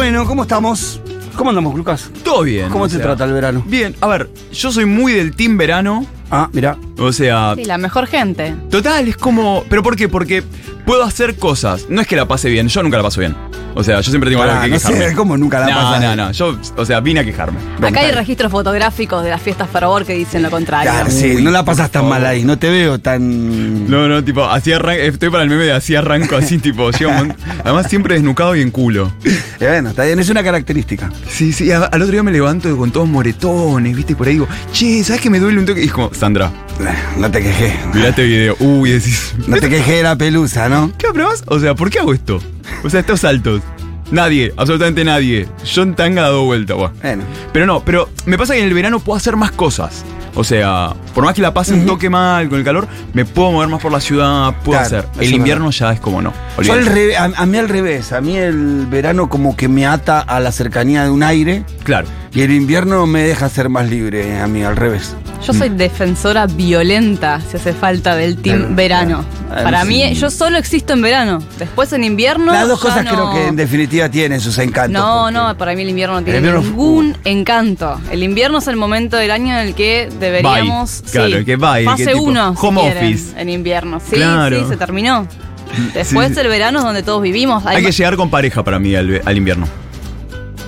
verano, ¿cómo estamos? ¿Cómo andamos, Lucas? Todo bien. ¿Cómo o te sea, trata el verano? Bien, a ver, yo soy muy del team verano. Ah, mirá. O sea, Sí, la mejor gente. total, es como. ¿Pero por qué? Porque puedo hacer cosas. No es que la pase bien, yo nunca la paso bien. O sea, yo siempre tengo algo Ah, que no quejarme. sé, ¿cómo nunca la no, pasas No, bien? no, Yo, o sea, vine a quejarme. Acá hay Romper. registros fotográficos de las fiestas Fervor que dicen lo contrario. Claro, sí, no la pasas tan mal ahí, no te veo tan. Oh. No, no, tipo, así arranco. Estoy para el meme de así arranco, así, tipo. yo, mon- además, siempre desnucado y en culo. Eh, bueno, está bien, es una característica. Sí, sí, a- al otro día me levanto con todos moretones, viste, por ahí digo, che, ¿sabes que me duele un toque? Y es como, Sandra, No te quejé. mirá este video. Uy, decís, No te quejé de la pelusa, ¿no? ¿Qué pruebas? O sea, ¿por qué hago esto? O sea, estos saltos. Nadie, absolutamente nadie. John Tanga ha dado vuelta, buah. Bueno. Pero no, pero me pasa que en el verano puedo hacer más cosas. O sea, por más que la pase un toque mal con el calor, me puedo mover más por la ciudad, puedo Claro, hacer. eso El es invierno ya es como no. Yo al olvídate. revés- a, a mí al revés, a mí el verano como que me ata a la cercanía de un aire Claro. y el invierno me deja ser más libre, a mí al revés. Yo soy defensora violenta, si hace falta, del team Claro, verano. claro. Para Sí. mí, yo solo existo en verano. Después en invierno. Las dos ya cosas no- creo que en definitiva tienen sus encantos. No, porque- no, para mí el invierno no tiene invierno- ningún encanto. El invierno es el momento del año en el que deberíamos. Bye. Claro, sí, que bye, Fase que tipo, uno. si home quieren, office. En invierno. Sí, Claro. sí, se terminó. Después Sí, sí. el verano es donde todos vivimos. Hay Hay que ma- llegar con pareja para mí al, ve- al invierno.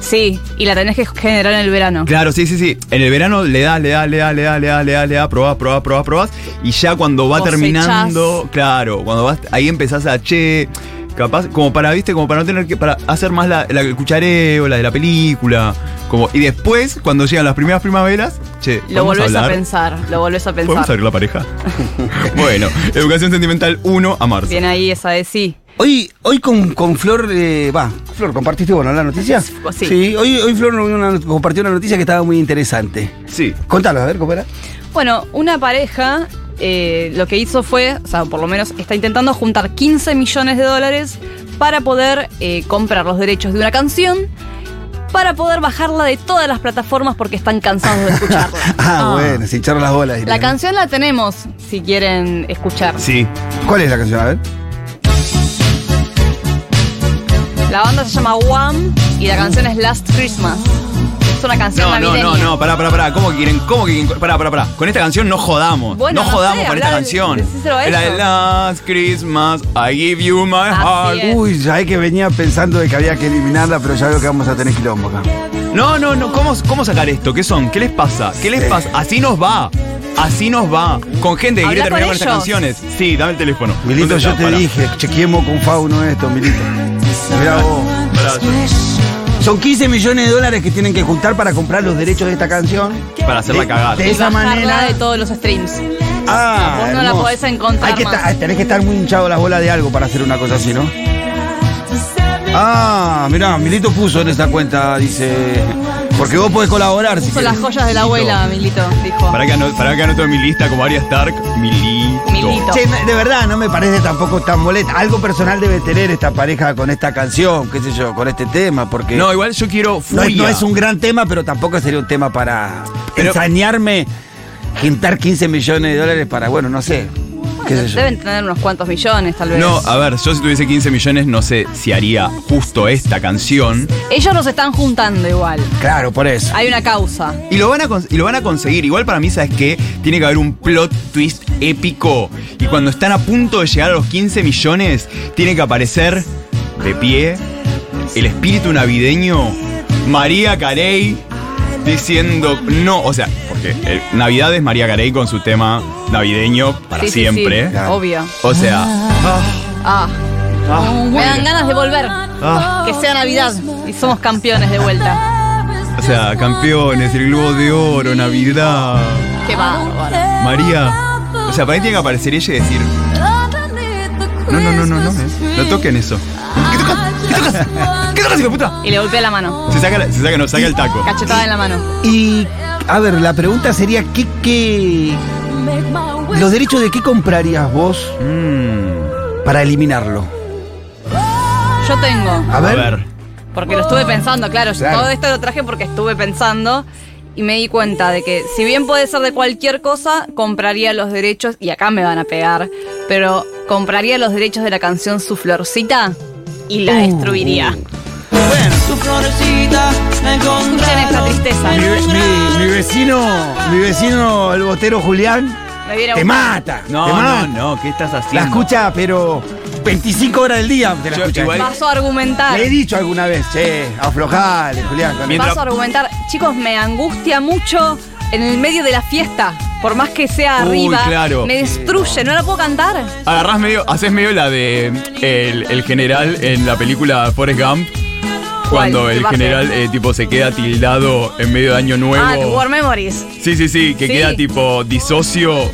sí, y la tenés que generar en el verano. Claro, sí, sí, sí. En el verano le das, le das, le das, le das, le das, le das, le das, probás, probás, probás, probás. Y ya cuando va Cosechás. terminando, claro, cuando vas, ahí empezás a che, capaz, como para, viste, como para no tener que, para hacer más la, la el cuchareo, la de la película. Como, y después, cuando llegan las primeras primaveras, che, Lo ¿podemos volvés a hablar? pensar, lo volvés a ¿Podemos pensar. abrir la pareja? bueno, educación sentimental 1 a marzo. Bien ahí esa de sí. Hoy, hoy con, con Flor, eh, va, Flor, ¿compartiste bueno la noticia? Sí. hoy, hoy Flor una- compartió una noticia que estaba muy interesante. Sí. Contalo, a ver, ¿cómo era? Bueno, una pareja eh, lo que hizo fue, o sea, por lo menos está intentando juntar 15 millones de dólares para poder eh, comprar los derechos de una canción, para poder bajarla de todas las plataformas porque están cansados de escucharla. Ah, bueno, se echaron las bolas. La dirían. canción la tenemos, si quieren escuchar. Sí. ¿Cuál es la canción? A ver. La banda se llama Wham y la canción es Last Christmas. Es una canción No, no, navideña. no, no, pará, pará, pará. ¿Cómo que quieren? ¿Cómo que quieren? Pará, pará, pará. Con esta canción no jodamos. Bueno, no no jodamos sé, con esta hablá, canción. decíselo a La de ellos. Last Christmas, I give you my Así heart. es. Bien. Uy, ya es que venía pensando de que había que eliminarla, pero ya veo que vamos a tener quilombo acá. No, no, no. ¿Cómo, ¿Cómo sacar esto? ¿Qué son? ¿Qué les pasa? ¿Qué les pasa? Así nos va. Así nos va. Con gente que quiere Hablá con terminar con estas ellos. canciones. Sí, dame el teléfono. Milito, ¿Dónde yo está? te Pará. dije, chequeemos con Fauno esto, Milito. Mirá vos. Pará, Son 15 millones de dólares que tienen que juntar para comprar los derechos de esta canción. yo- Para hacerla De- cagar. de- Y esa bajarla manera- de todos los streams. Ah, Vos no la hermoso. podés encontrar Hay que más. estar- tenés que estar muy hinchado las bolas de algo para hacer una cosa así, ¿no? Ah, mirá, Milito puso en esta cuenta, dice. Porque vos podés colaborar. si Puso querés. las joyas de la abuela, Milito, dijo. Pará que, anoto, pará que anoto en mi lista como Arya Stark. Milito. Milito. Che, me- de verdad, no me parece tampoco tan molesta. Algo personal debe tener esta pareja con esta canción, qué sé yo, con este tema, porque. No, igual yo quiero No es, furia. no es un gran tema, pero tampoco sería un tema para Pero- ensañarme, juntar 15 millones de dólares para, bueno, no sé. qué sé yo. Deben tener unos cuantos millones, tal vez. No, a ver, yo si tuviese 15 millones no sé si haría justo esta canción. Ellos los están juntando igual. Claro, por eso. Hay una causa. Y lo, van a cons- y lo van a conseguir. Igual para mí, ¿sabes qué? Tiene que haber un plot twist épico. Y cuando están a punto de llegar a los 15 millones, tiene que aparecer de pie el espíritu navideño María Carey diciendo no. O sea, porque eh, Navidad es María Carey con su tema navideño para Sí, sí, siempre. sí, obvio. O sea, ah, Ah. Me dan ganas de volver. ah, Que sea Navidad. Y somos campeones de vuelta. o sea, campeones, el globo de oro, Navidad. Qué bárbaro. María. O sea, para mí tiene que aparecer ella y decir, no, no, no, no, no, eh, no toquen eso. ¿Qué tocas? ¿Qué tocas? ¿Qué tocas, hijo de puta? Y le golpea la mano. Se saca, la- se saca, no, saca el taco. Cachetada en la mano. Y, a ver, la pregunta sería, ¿qué, qué, los derechos de qué comprarías vos Mm, para eliminarlo? Yo tengo. A a ver. ver. Porque lo estuve pensando, claro. Ah. Claro. Todo esto lo traje porque estuve pensando. Y me di cuenta de que, si bien puede ser de cualquier cosa, compraría los derechos. Y acá me van a pegar. Uh. Pero compraría los derechos de la canción Su Florcita. Y la destruiría. Bueno. Tu florecita me encontré. Escuchen esta tristeza. Mi, ve- mi- mi vecino, mi vecino, el botero Julián, Me hubiera te gustado. mata. No, te no, mata. no, ¿qué estás haciendo? La escucha, pero 25 horas del día te la Yo escucha. igual- Paso a argumentar. Le he dicho alguna vez, che, aflojale, Julián. con- Mientras- Paso a argumentar. Chicos, me angustia mucho en el medio de la fiesta. Por más que sea Uy, arriba, claro. me destruye. No la puedo cantar. Agarrás medio, haces medio la de el, el general en la película Forrest Gump. Cuando ¿Cuál? el Baje. general eh, tipo se queda tildado en medio de año nuevo. Ah, de War Memories. sí, sí, sí, que Sí. queda tipo disocio.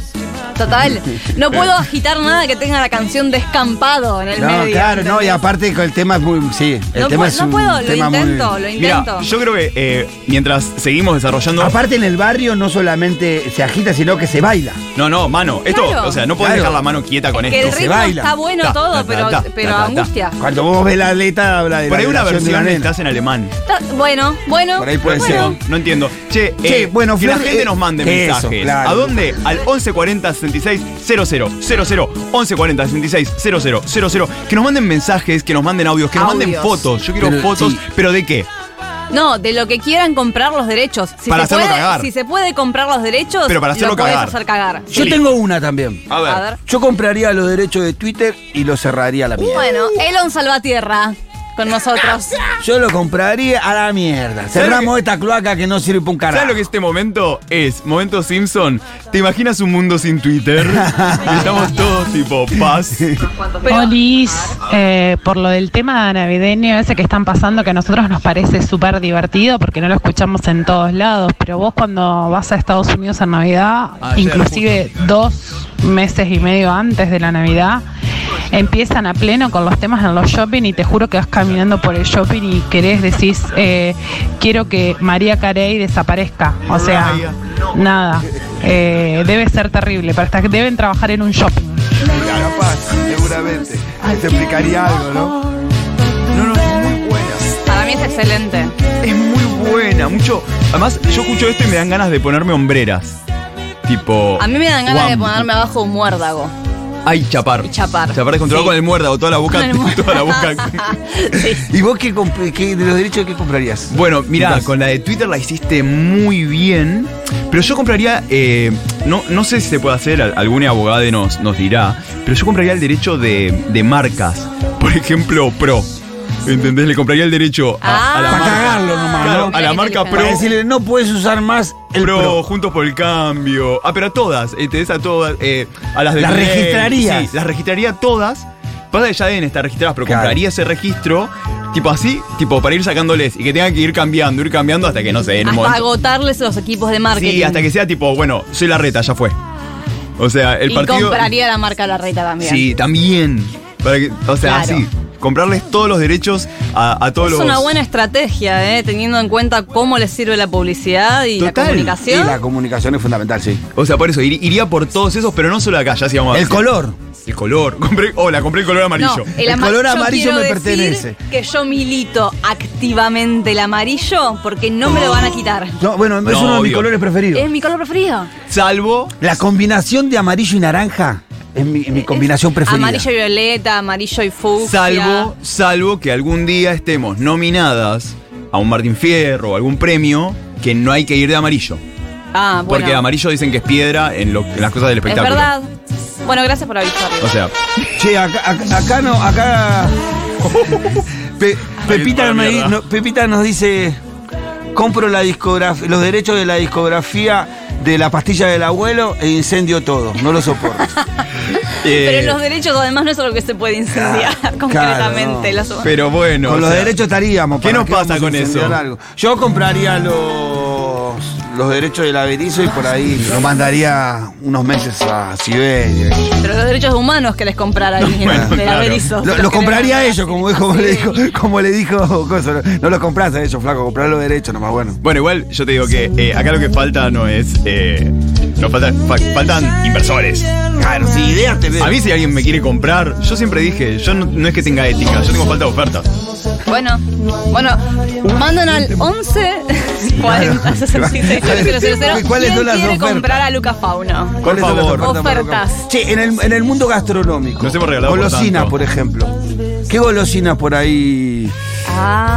Total. No puedo agitar nada que tenga la canción de escampado en el No, medio. claro, no, y aparte con el tema es muy. Sí, el No, tema pu- es no un puedo, lo tema muy- intento, lo intento. Mira, yo creo que eh, mientras seguimos desarrollando. Aparte en el barrio no solamente se agita, sino que se baila. No, no, mano. Esto, Claro. o sea, no podés Claro. dejar la mano quieta con que el esto. se ritmo baila. está bueno Ta, todo, ta, ta, pero, ta, pero ta, ta, ta. angustia. Cuando vos ves la atleta, habla de Por la ahí una violación de la versión nena. estás en alemán. Ta- bueno, bueno. Por ahí puede bueno. ser. No, no entiendo. Che, Che, eh, bueno, que Flor, la eh, gente nos mande eso, mensajes. claro. ¿A dónde? Al 1140 66 00 00 1140 66 00 00 que nos manden mensajes, que nos manden audios, que nos manden Audios. fotos. Yo quiero Pero, fotos, sí. pero ¿de qué? No, de lo que quieran comprar los derechos. Si Para se hacerlo puede, cagar. Si se puede comprar los derechos, Pero para hacerlo lo podés cagar. hacer cagar. Yo Sí. tengo una también. A ver. A ver. Yo compraría los derechos de Twitter y los cerraría a la mierda. Bueno, Elon Salvatierra con nosotros. Yo lo compraría a la mierda. lo Cerramos esta cloaca que no sirve para un carajo. ¿Sabes lo que este momento es? Momento Simpson. ¿Te imaginas un mundo sin Twitter? Y estamos todos tipo paz. Pero- Olis, eh, por lo del tema navideño ese que están pasando, que a nosotros nos parece súper divertido porque no lo escuchamos en todos lados, pero vos cuando vas a Estados Unidos en Navidad, Ayer, inclusive dos meses y medio antes de la Navidad, empiezan a pleno con los temas en los shopping y te juro que vas caminando por el shopping y querés, decís, eh, quiero que María Carey desaparezca. O sea, Raya. nada, eh, debe ser terrible, pero hasta que deben trabajar en un shopping. seguramente. Te explicaría algo, ¿no? No, no, es muy buena. Para mí es excelente. Es muy buena. Mucho. Además, yo escucho esto y me dan ganas de ponerme hombreras. Tipo. A mí me dan ganas de guam. ponerme abajo un muérdago. Ay, chapar. Y chapar. Chapar descontrolado Sí. con el muérdago, toda la boca. Con el muérdago. toda la boca. ¿Y vos qué, comp- qué- de los derechos qué comprarías? bueno, mira, Quizás. con la de Twitter la hiciste muy bien. Pero yo compraría. eh, no, no sé si se puede hacer, al- algún abogado nos, nos dirá. Pero yo compraría el derecho de, de marcas. Por ejemplo, Pro. ¿Entendés? Le compraría el derecho a, a la Para Ah. marca. cagarlo nomás, Claro, ¿no? a la Qué marca inteligente. Pro. Para decirle, no puedes usar más el Pro, pro. Juntos por el Cambio. Ah, pero a todas. ¿Entendés? A todas. eh, a las de Las Clarín. registrarías. Sí, las registraría todas. Pasa que ya deben estar registradas, pero Claro. compraría ese registro, tipo así, tipo para ir sacándoles y que tengan que ir cambiando, ir cambiando hasta que no sé, en un Hasta momento. agotarles los equipos de marketing. Sí, hasta que sea tipo, bueno, soy la reta, ya fue. O sea, el y partido. compraría la marca La Reta también. Sí, también. Para que, o sea, Claro. así. Comprarles todos los derechos a, a todos Es los. una buena estrategia, ¿eh? teniendo en cuenta cómo les sirve la publicidad y Total. la Y comunicación. la comunicación es fundamental, sí. O sea, por eso, ir- iría por todos esos, pero no solo acá, ya sí vamos a El color. El color. Compré, hola, compré el color amarillo. No, El ama- color yo amarillo quiero me decir pertenece. Que yo milito activamente el amarillo porque no me lo van a quitar. No, bueno, es No, uno de mis obvio. colores preferidos. Es mi color preferido. Salvo. La combinación de amarillo y naranja es mi, mi combinación preferida. Amarillo y violeta, amarillo y fucsia. Salvo, salvo que algún día estemos nominadas a un Martín Fierro o algún premio que no hay que ir de amarillo. Ah, bueno. Porque amarillo dicen que es piedra en, lo- en las cosas del Es espectáculo. verdad. Bueno, gracias por avisarme. O sea, Che, acá, acá- acá no, acá. Pe- Pepita, Ay, me- mierda. no- Pepita nos dice: compro la discograf- los derechos de la discografía de la pastilla del abuelo e incendio todo. No lo soporto. eh, Pero los derechos además no es algo que se puede incendiar Claro, concretamente. no. Los- pero bueno. con o los sea, derechos estaríamos. ¿qué ¿para nos pasa vamos a con incendiar eso? algo? Yo compraría los, los derechos del averizo y por ahí lo mandaría unos meses a Siberia. Pero los derechos humanos que les comprara alguien bueno, de claro. Averizo. Lo- Los los que compraría a les- ellos, como, como le dijo, como le dijo Coso, no, no los compras a ellos, flaco, comprar los derechos nomás, bueno. Bueno, igual yo te digo que eh, acá lo que falta no es. eh, no falta, fa- faltan inversores. Claro, si ideas te veo. A mí, si alguien me quiere comprar, yo siempre dije, yo no, no es que tenga ética, yo tengo falta de ofertas. Bueno, bueno, mandan al 11 40 66 000. ¿Cuáles son las ¿Quién quiere ofertas? comprar a Luca Fauno? Por favor. Ofertas. Che, en el, en el mundo gastronómico. Nos hemos regalado por Golosinas, tanto. por, ejemplo. ¿Qué golosinas por ahí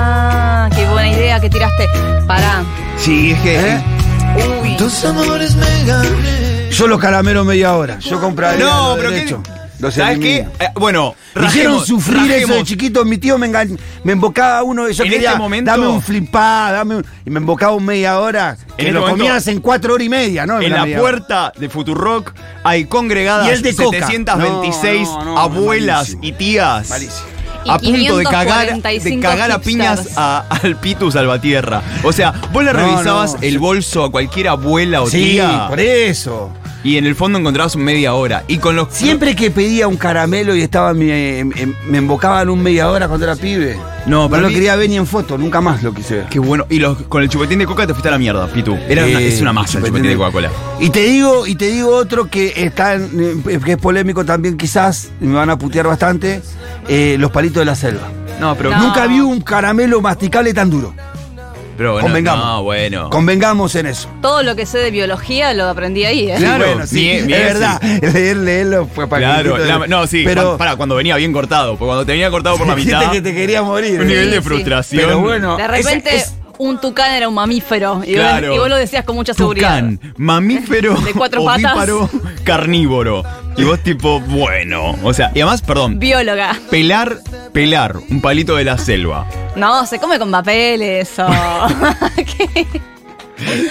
Ah, qué buena idea que tiraste. Pará. Sí, es que. ¿Eh? Uy. Dos amores me gané. Yo los caramelos media hora. Yo compraría. No, los pero derechos. qué. Los ¿Sabes qué? elimino. Eh, bueno, Me hicieron rajemos, sufrir eso de rajemos. chiquito. Mi tío me, engan- me embocaba uno. Yo En quería, este momento- dame un flipá, dame un- y me embocaba un media hora. Que este lo momento- comías en cuatro horas y media, ¿no? En Una la media hora. puerta de Futurock hay congregadas Y el de Coca. 726 No, no, no, abuelas malísimo. y tías. Malísimo. Y A punto de cagar, de 545 cagar a piñas hipsters. a- al Pitu Salvatierra. O sea, vos le No, revisabas no, el yo- bolso a cualquier abuela o Sí, tía por eso. y en el fondo encontrabas media hora. Y con los Siempre que pedía un caramelo y estaba mi- em- em- me embocaban un media hora cuando era pibe. No, para no lo mí- quería ver ni en foto, nunca más lo quise ver. Qué bueno. Y los, con el chupetín de coca te fuiste a la mierda, Pitu. Era una- Eh, es una masa el chupetín de Coca-Cola. Y te digo, y te digo otro que está en- eh, que es polémico también quizás, me van a putear bastante, eh, los palitos de la selva. No, pero. No. Nunca vi un caramelo masticable tan duro. pero no, Convengamos. no, bueno. Convengamos en eso. Todo lo que sé de biología lo aprendí ahí, ¿eh? Sí. Claro, bueno, sí, bien, es bien, verdad. Leer, leerlo fue para Claro, que- la- no, sí, Pero para cuando venía bien cortado, porque cuando te venía cortado por la sentiste mitad, que te quería morir. un nivel de Sí, sí. frustración. Pero bueno, De repente es- es- un tucán era un mamífero. Y, Claro. vos, y vos lo decías con mucha seguridad. Tucán, mamífero, De cuatro patas. ovíparo, carnívoro. Y vos tipo, bueno, o sea, y además, perdón, Bióloga. pelar, pelar un palito de la selva. No, se come con papel eso. ¿Qué?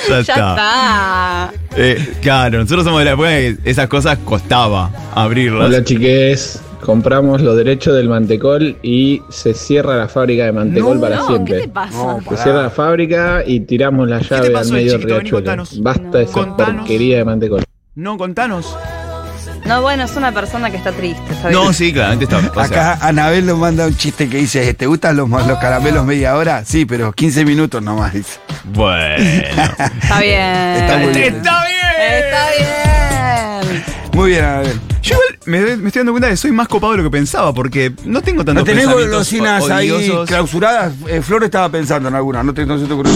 Ya Ya está. Eh, claro, nosotros somos de la época que esas cosas costaba abrirlas. Hola chiques, compramos los derechos del mantecol y se cierra la fábrica de mantecol No, para No, ¿qué siempre. te pasa? No, Se cierra la fábrica y tiramos la llave al pasó, medio del chiquito? Vení, riachuelo. contanos. Basta esa Contanos. porquería de mantecol. No, contanos. No, bueno, es una persona que está triste. está bien. No, sí, claramente está. o sea, Acá Anabel nos manda un chiste que dice, ¿te gustan los, los caramelos media hora? Sí, pero 15 minutos nomás. dice. bueno. Está bien. Está muy bien. ¡Está bien! Está bien. Muy bien, Anabel. Yo igual me, doy- me estoy dando cuenta de que soy más copado de lo que pensaba, porque no tengo tantos No tenés pensamientos golosinas o- ahí odiosos. clausuradas. Eh, Flor estaba pensando en alguna, no, te, no se te ocurrió.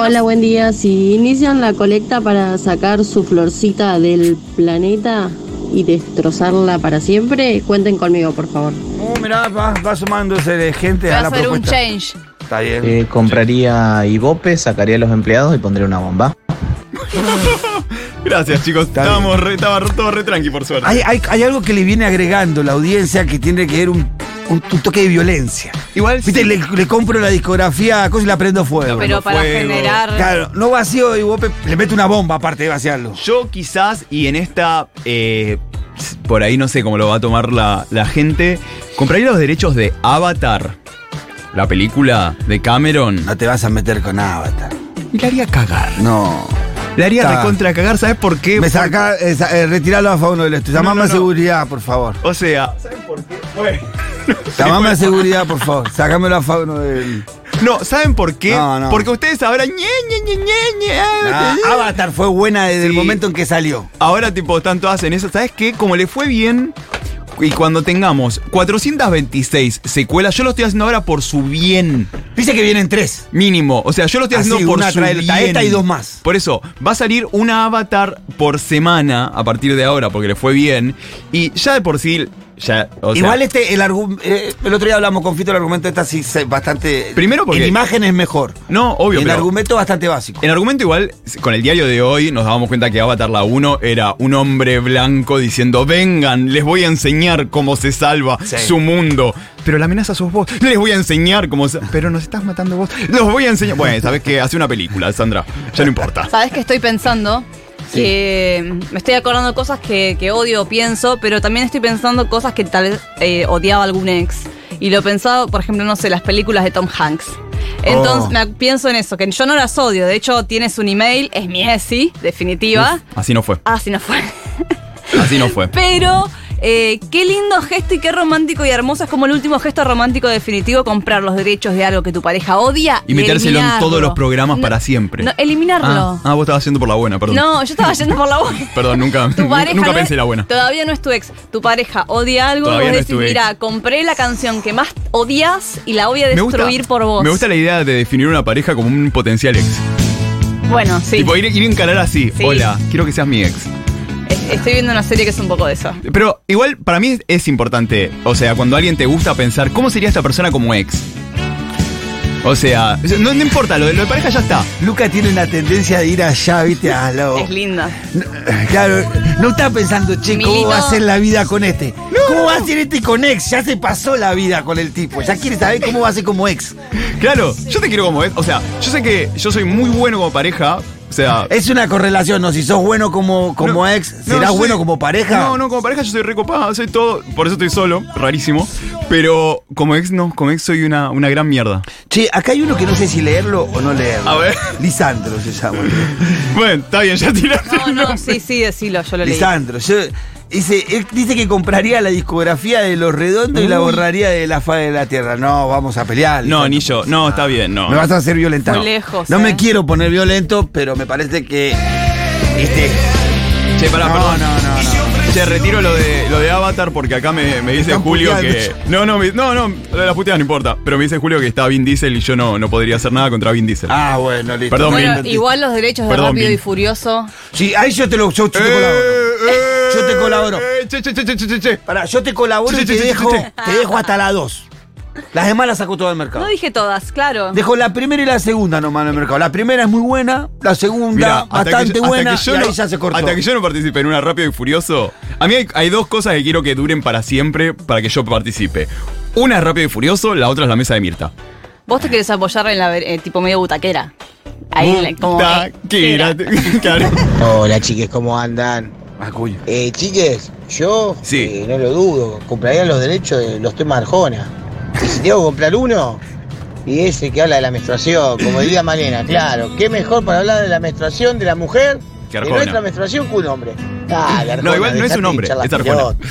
Hola, buen día. Si inician la colecta para sacar su florcita del planeta y destrozarla para siempre, cuenten conmigo, por favor. Oh, mirá, va, va sumándose de gente Va a a la hacer un propuesta. change. Está bien. Eh, compraría Ibope, sacaría a los empleados y pondría una bomba. Gracias, chicos. Está Estábamos re, estaba re- todo re tranqui, por suerte. Hay, hay- hay algo que le viene agregando la audiencia que tiene que ver un, un- un toque de violencia. Igual Viste, sí. le, le compro la discografía a Cosa y la prendo fuego. Pero para fuego. generar. Claro, no vacío y vos pe- le mete una bomba aparte de vaciarlo. Yo quizás, y en esta, eh, por ahí no sé cómo lo va a tomar la, la gente, compraría los derechos de Avatar, la película de Cameron. No te vas a meter con Avatar. Y la haría cagar. No. La haría Está. recontra cagar, ¿sabes por qué? Me saca, eh, sa- eh, retiralo a favor del estudio. Llamame no, no. a seguridad, por favor. O sea... ¿Sabes por qué? Bueno. Llamame a seguridad, por favor. Sacámelo a Fauno del. No, ¿saben por qué? No, no. Porque ustedes ahora... Ñe, Ñe, Ñe, Ñe, Ñe, Ah, Avatar fue buena desde el Sí. momento en que salió. Ahora, tipo, están todas en eso. ¿Sabes qué? Como le fue bien. Y cuando tengamos 426 secuelas, yo lo estoy haciendo ahora por su bien Dice que vienen tres. mínimo. O sea, yo lo estoy Así, haciendo por Ah, una su trae esta- bien. esta y dos más. Por eso, va a salir una avatar por semana a partir de ahora, porque le fue bien. Y ya de por sí, ya. o sea, Igual este, el, argu- eh, el otro día hablamos con Fito, el argumento está así se- bastante. Primero porque- En imagen es mejor. No, obvio, En pero- argumento bastante básico. En argumento igual, con el diario de hoy nos dábamos cuenta que Avatar la 1 era un hombre blanco diciendo, vengan, les voy a enseñar cómo se salva Sí. su mundo. Pero la amenaza sos vos, les voy a enseñar cómo se... Pero nos estás matando vos, los voy a enseñar... Bueno, sabes que hace una película, Sandra, ya no importa. ¿Sabes qué estoy pensando? Que me estoy acordando de cosas que, que odio o pienso, pero también estoy pensando cosas que tal vez eh, odiaba algún ex. Y lo he pensado, por ejemplo, no sé, las películas de Tom Hanks. Entonces Oh. me ac- pienso en eso, que yo no las odio. De hecho, tienes un email, es mi ESI, definitiva. Así no fue, Ah, si no fue. así no fue. Pero eh, qué lindo gesto y qué romántico y hermoso. Es como el último gesto romántico definitivo, comprar los derechos de algo que tu pareja odia. Y metérselo en eliminarlo. todos los programas No, para siempre. No, eliminarlo. ah, ah, vos estabas haciendo por la buena, perdón. No, yo estaba yendo por la buena. Perdón, nunca, Tu pareja nunca no pensé es- la buena. Todavía no es tu ex. Tu pareja odia algo Todavía y no vos es tu decís, ex. mira, compré la canción que más odias y la voy a destruir por vos. me gusta la idea de definir una pareja como un potencial ex. Bueno, sí. Tipo, ir, ir a encarar así. Sí. Hola, quiero que seas mi ex. Es- E-, Estoy viendo una serie que es un poco de eso. Pero igual, para mí es, es importante. O sea, cuando alguien te gusta pensar, ¿cómo sería esta persona como ex? O sea, no, no importa, lo de, lo de pareja ya está. Luca tiene una tendencia de ir allá, viste, a Oh. lo. Es linda. Claro, no está pensando, che, ¿cómo Milito. va a ser la vida con este? ¿Cómo va a ser este con ex? Ya se pasó la vida con el tipo. Ya quiere saber cómo va a ser como ex. Claro, yo te quiero como es. O sea, yo sé que yo soy muy bueno como pareja. O sea. Es una correlación, ¿no? Si sos bueno como, Eh, como no- ex, no, ¿serás yo bueno soy- como pareja? No, no, como pareja yo soy recopado, soy todo. Por eso estoy solo, rarísimo. Pero como ex no, como ex soy una, una gran mierda. Che, acá hay uno que no sé si leerlo o no leerlo. A ver. Lisandro se llama. Bueno, está bien, ya tiraste. No, no, sí, sí, decilo, yo lo leí. Lisandro. yo- dice, él dice que compraría la discografía de Los Redondos y la borraría de la faz de la Tierra. No, vamos a pelear. Lisandro. No, ni yo. No, está bien, no. Me vas a hacer violentar. Muy lejos, No eh. me quiero poner violento, pero me parece que. Este. Che, pará, no, perdón. no, no, no. Che, retiro lo de, lo de Avatar porque acá me, me dice Están Julio puteando. que. No, no, me- no, no, lo de las puteadas no importa. Pero me dice Julio que está Vin Diesel y yo no, no podría hacer nada contra Vin Diesel. Ah, bueno, listo. Perdón, Bueno, Bueno, Min. igual- igual los derechos de Perdón, Rápido Min. y Furioso. Sí, ahí yo te lo. Yo, yo te Eh, colaboro. eh, Yo te colaboro. eh, Che, che, che, che, che, che, che. Pará, yo te colaboro Sí, y sí, te sí, sí, dejo, sí. te dejo hasta la 2. Las demás las saco todo del mercado. No dije todas, claro. Dejo la primera y la segunda nomás en el mercado. La primera es muy buena, la segunda Mirá, bastante hasta que yo- buena hasta que yo y ahí no- ya se cortó. Hasta que yo no participe en una Rápido y Furioso. A mí hay, hay dos cosas que quiero que duren para siempre para que yo participe. Una es Rápido y Furioso, la otra es la mesa de Mirta. Vos te querés apoyar en la ver- eh, tipo medio butaquera. Ahí Mm, en la- como. Taquera, claro. Hola chiques, ¿cómo andan? Ah, coño. Eh, chiques, yo Sí. eh, no lo dudo, compraría los derechos de los temas de Arjona. Y si tengo que comprar uno, y ese que habla de la menstruación, como diría Malena, claro, qué mejor para hablar de la menstruación de la mujer Que de Arjona. nuestra menstruación que un hombre. Ah, la Arjona, No, igual no es un dejate hombre, hinchar las es Arjona. pelotas.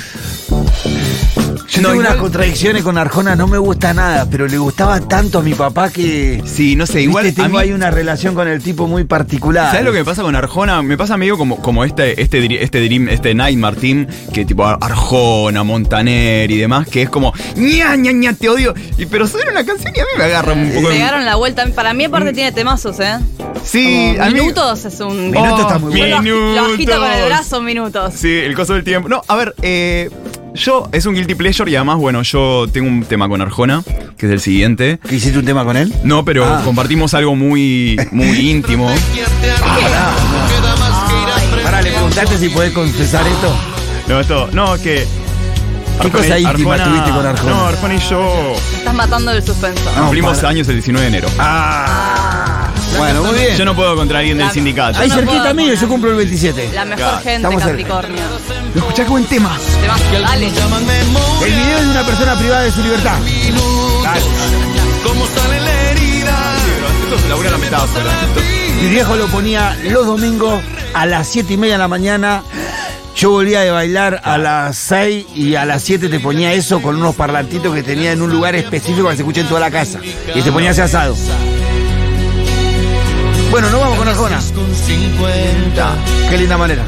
Yo No, tengo unas igual- contradicciones con Arjona, no me gusta nada, pero le gustaba tanto a mi papá que. Sí, no sé, Igual igual a tengo mí- ahí una relación con el tipo muy particular. ¿Sabes lo que me pasa con Arjona? Me pasa medio como, como este, este, dri- este Dream, este Nightmare Team, que tipo Ar- Arjona, Montaner y demás, que es como ña, ña, ña, te odio. Y, pero suena una canción y a mí me agarra un poco. de- Mm. Pegaron la vuelta. Para mí, aparte, tiene temazos, ¿eh? Sí, a mí- Minutos es un. Minutos está muy Yo bueno. lo agi- Lo agito con el Minutos. brazo, minutos. Sí, el coso del tiempo. No, a ver, eh, yo es un guilty pleasure y además, bueno, yo tengo un tema con Arjona, que es el siguiente. ¿Que hiciste un tema con él? No, pero Ah. compartimos algo muy, muy íntimo. Pará, le preguntaste si podés confesar esto. No, esto, no, que. ¿Qué cosa íntima tuviste con Arjona? No, Arjona y yo Estás matando el suspenso. No, cumplimos para. años el 19 de enero. Ah. Bueno, muy bien. Yo no puedo contra alguien del La- sindicato. Ahí no cerquita puedo mío, poner. yo cumplo el 27. La mejor Claro, gente, estamos cerca. Capricornio. escuchá qué buen tema. Temazo, dale. El video es de una persona privada de su libertad. Esto se labura la metáfora. Mi viejo lo ponía los domingos a las 7 y media de la mañana. Yo volvía de bailar a las 6 y a las 7 te ponía eso con unos parlantitos que tenía en un lugar específico que se escucha en toda la casa. Y te ponía ese asado. Bueno, nos vamos con Arjona. Qué linda manera.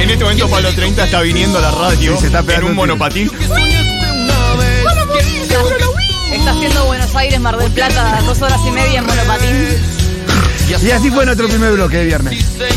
En este momento Pablo 30 está viniendo a la radio Sí, se está en pegando un un tiro. monopatín. Está haciendo Buenos Aires, Mar del Plata, dos horas y media en monopatín. Y así fue nuestro primer bloque de viernes.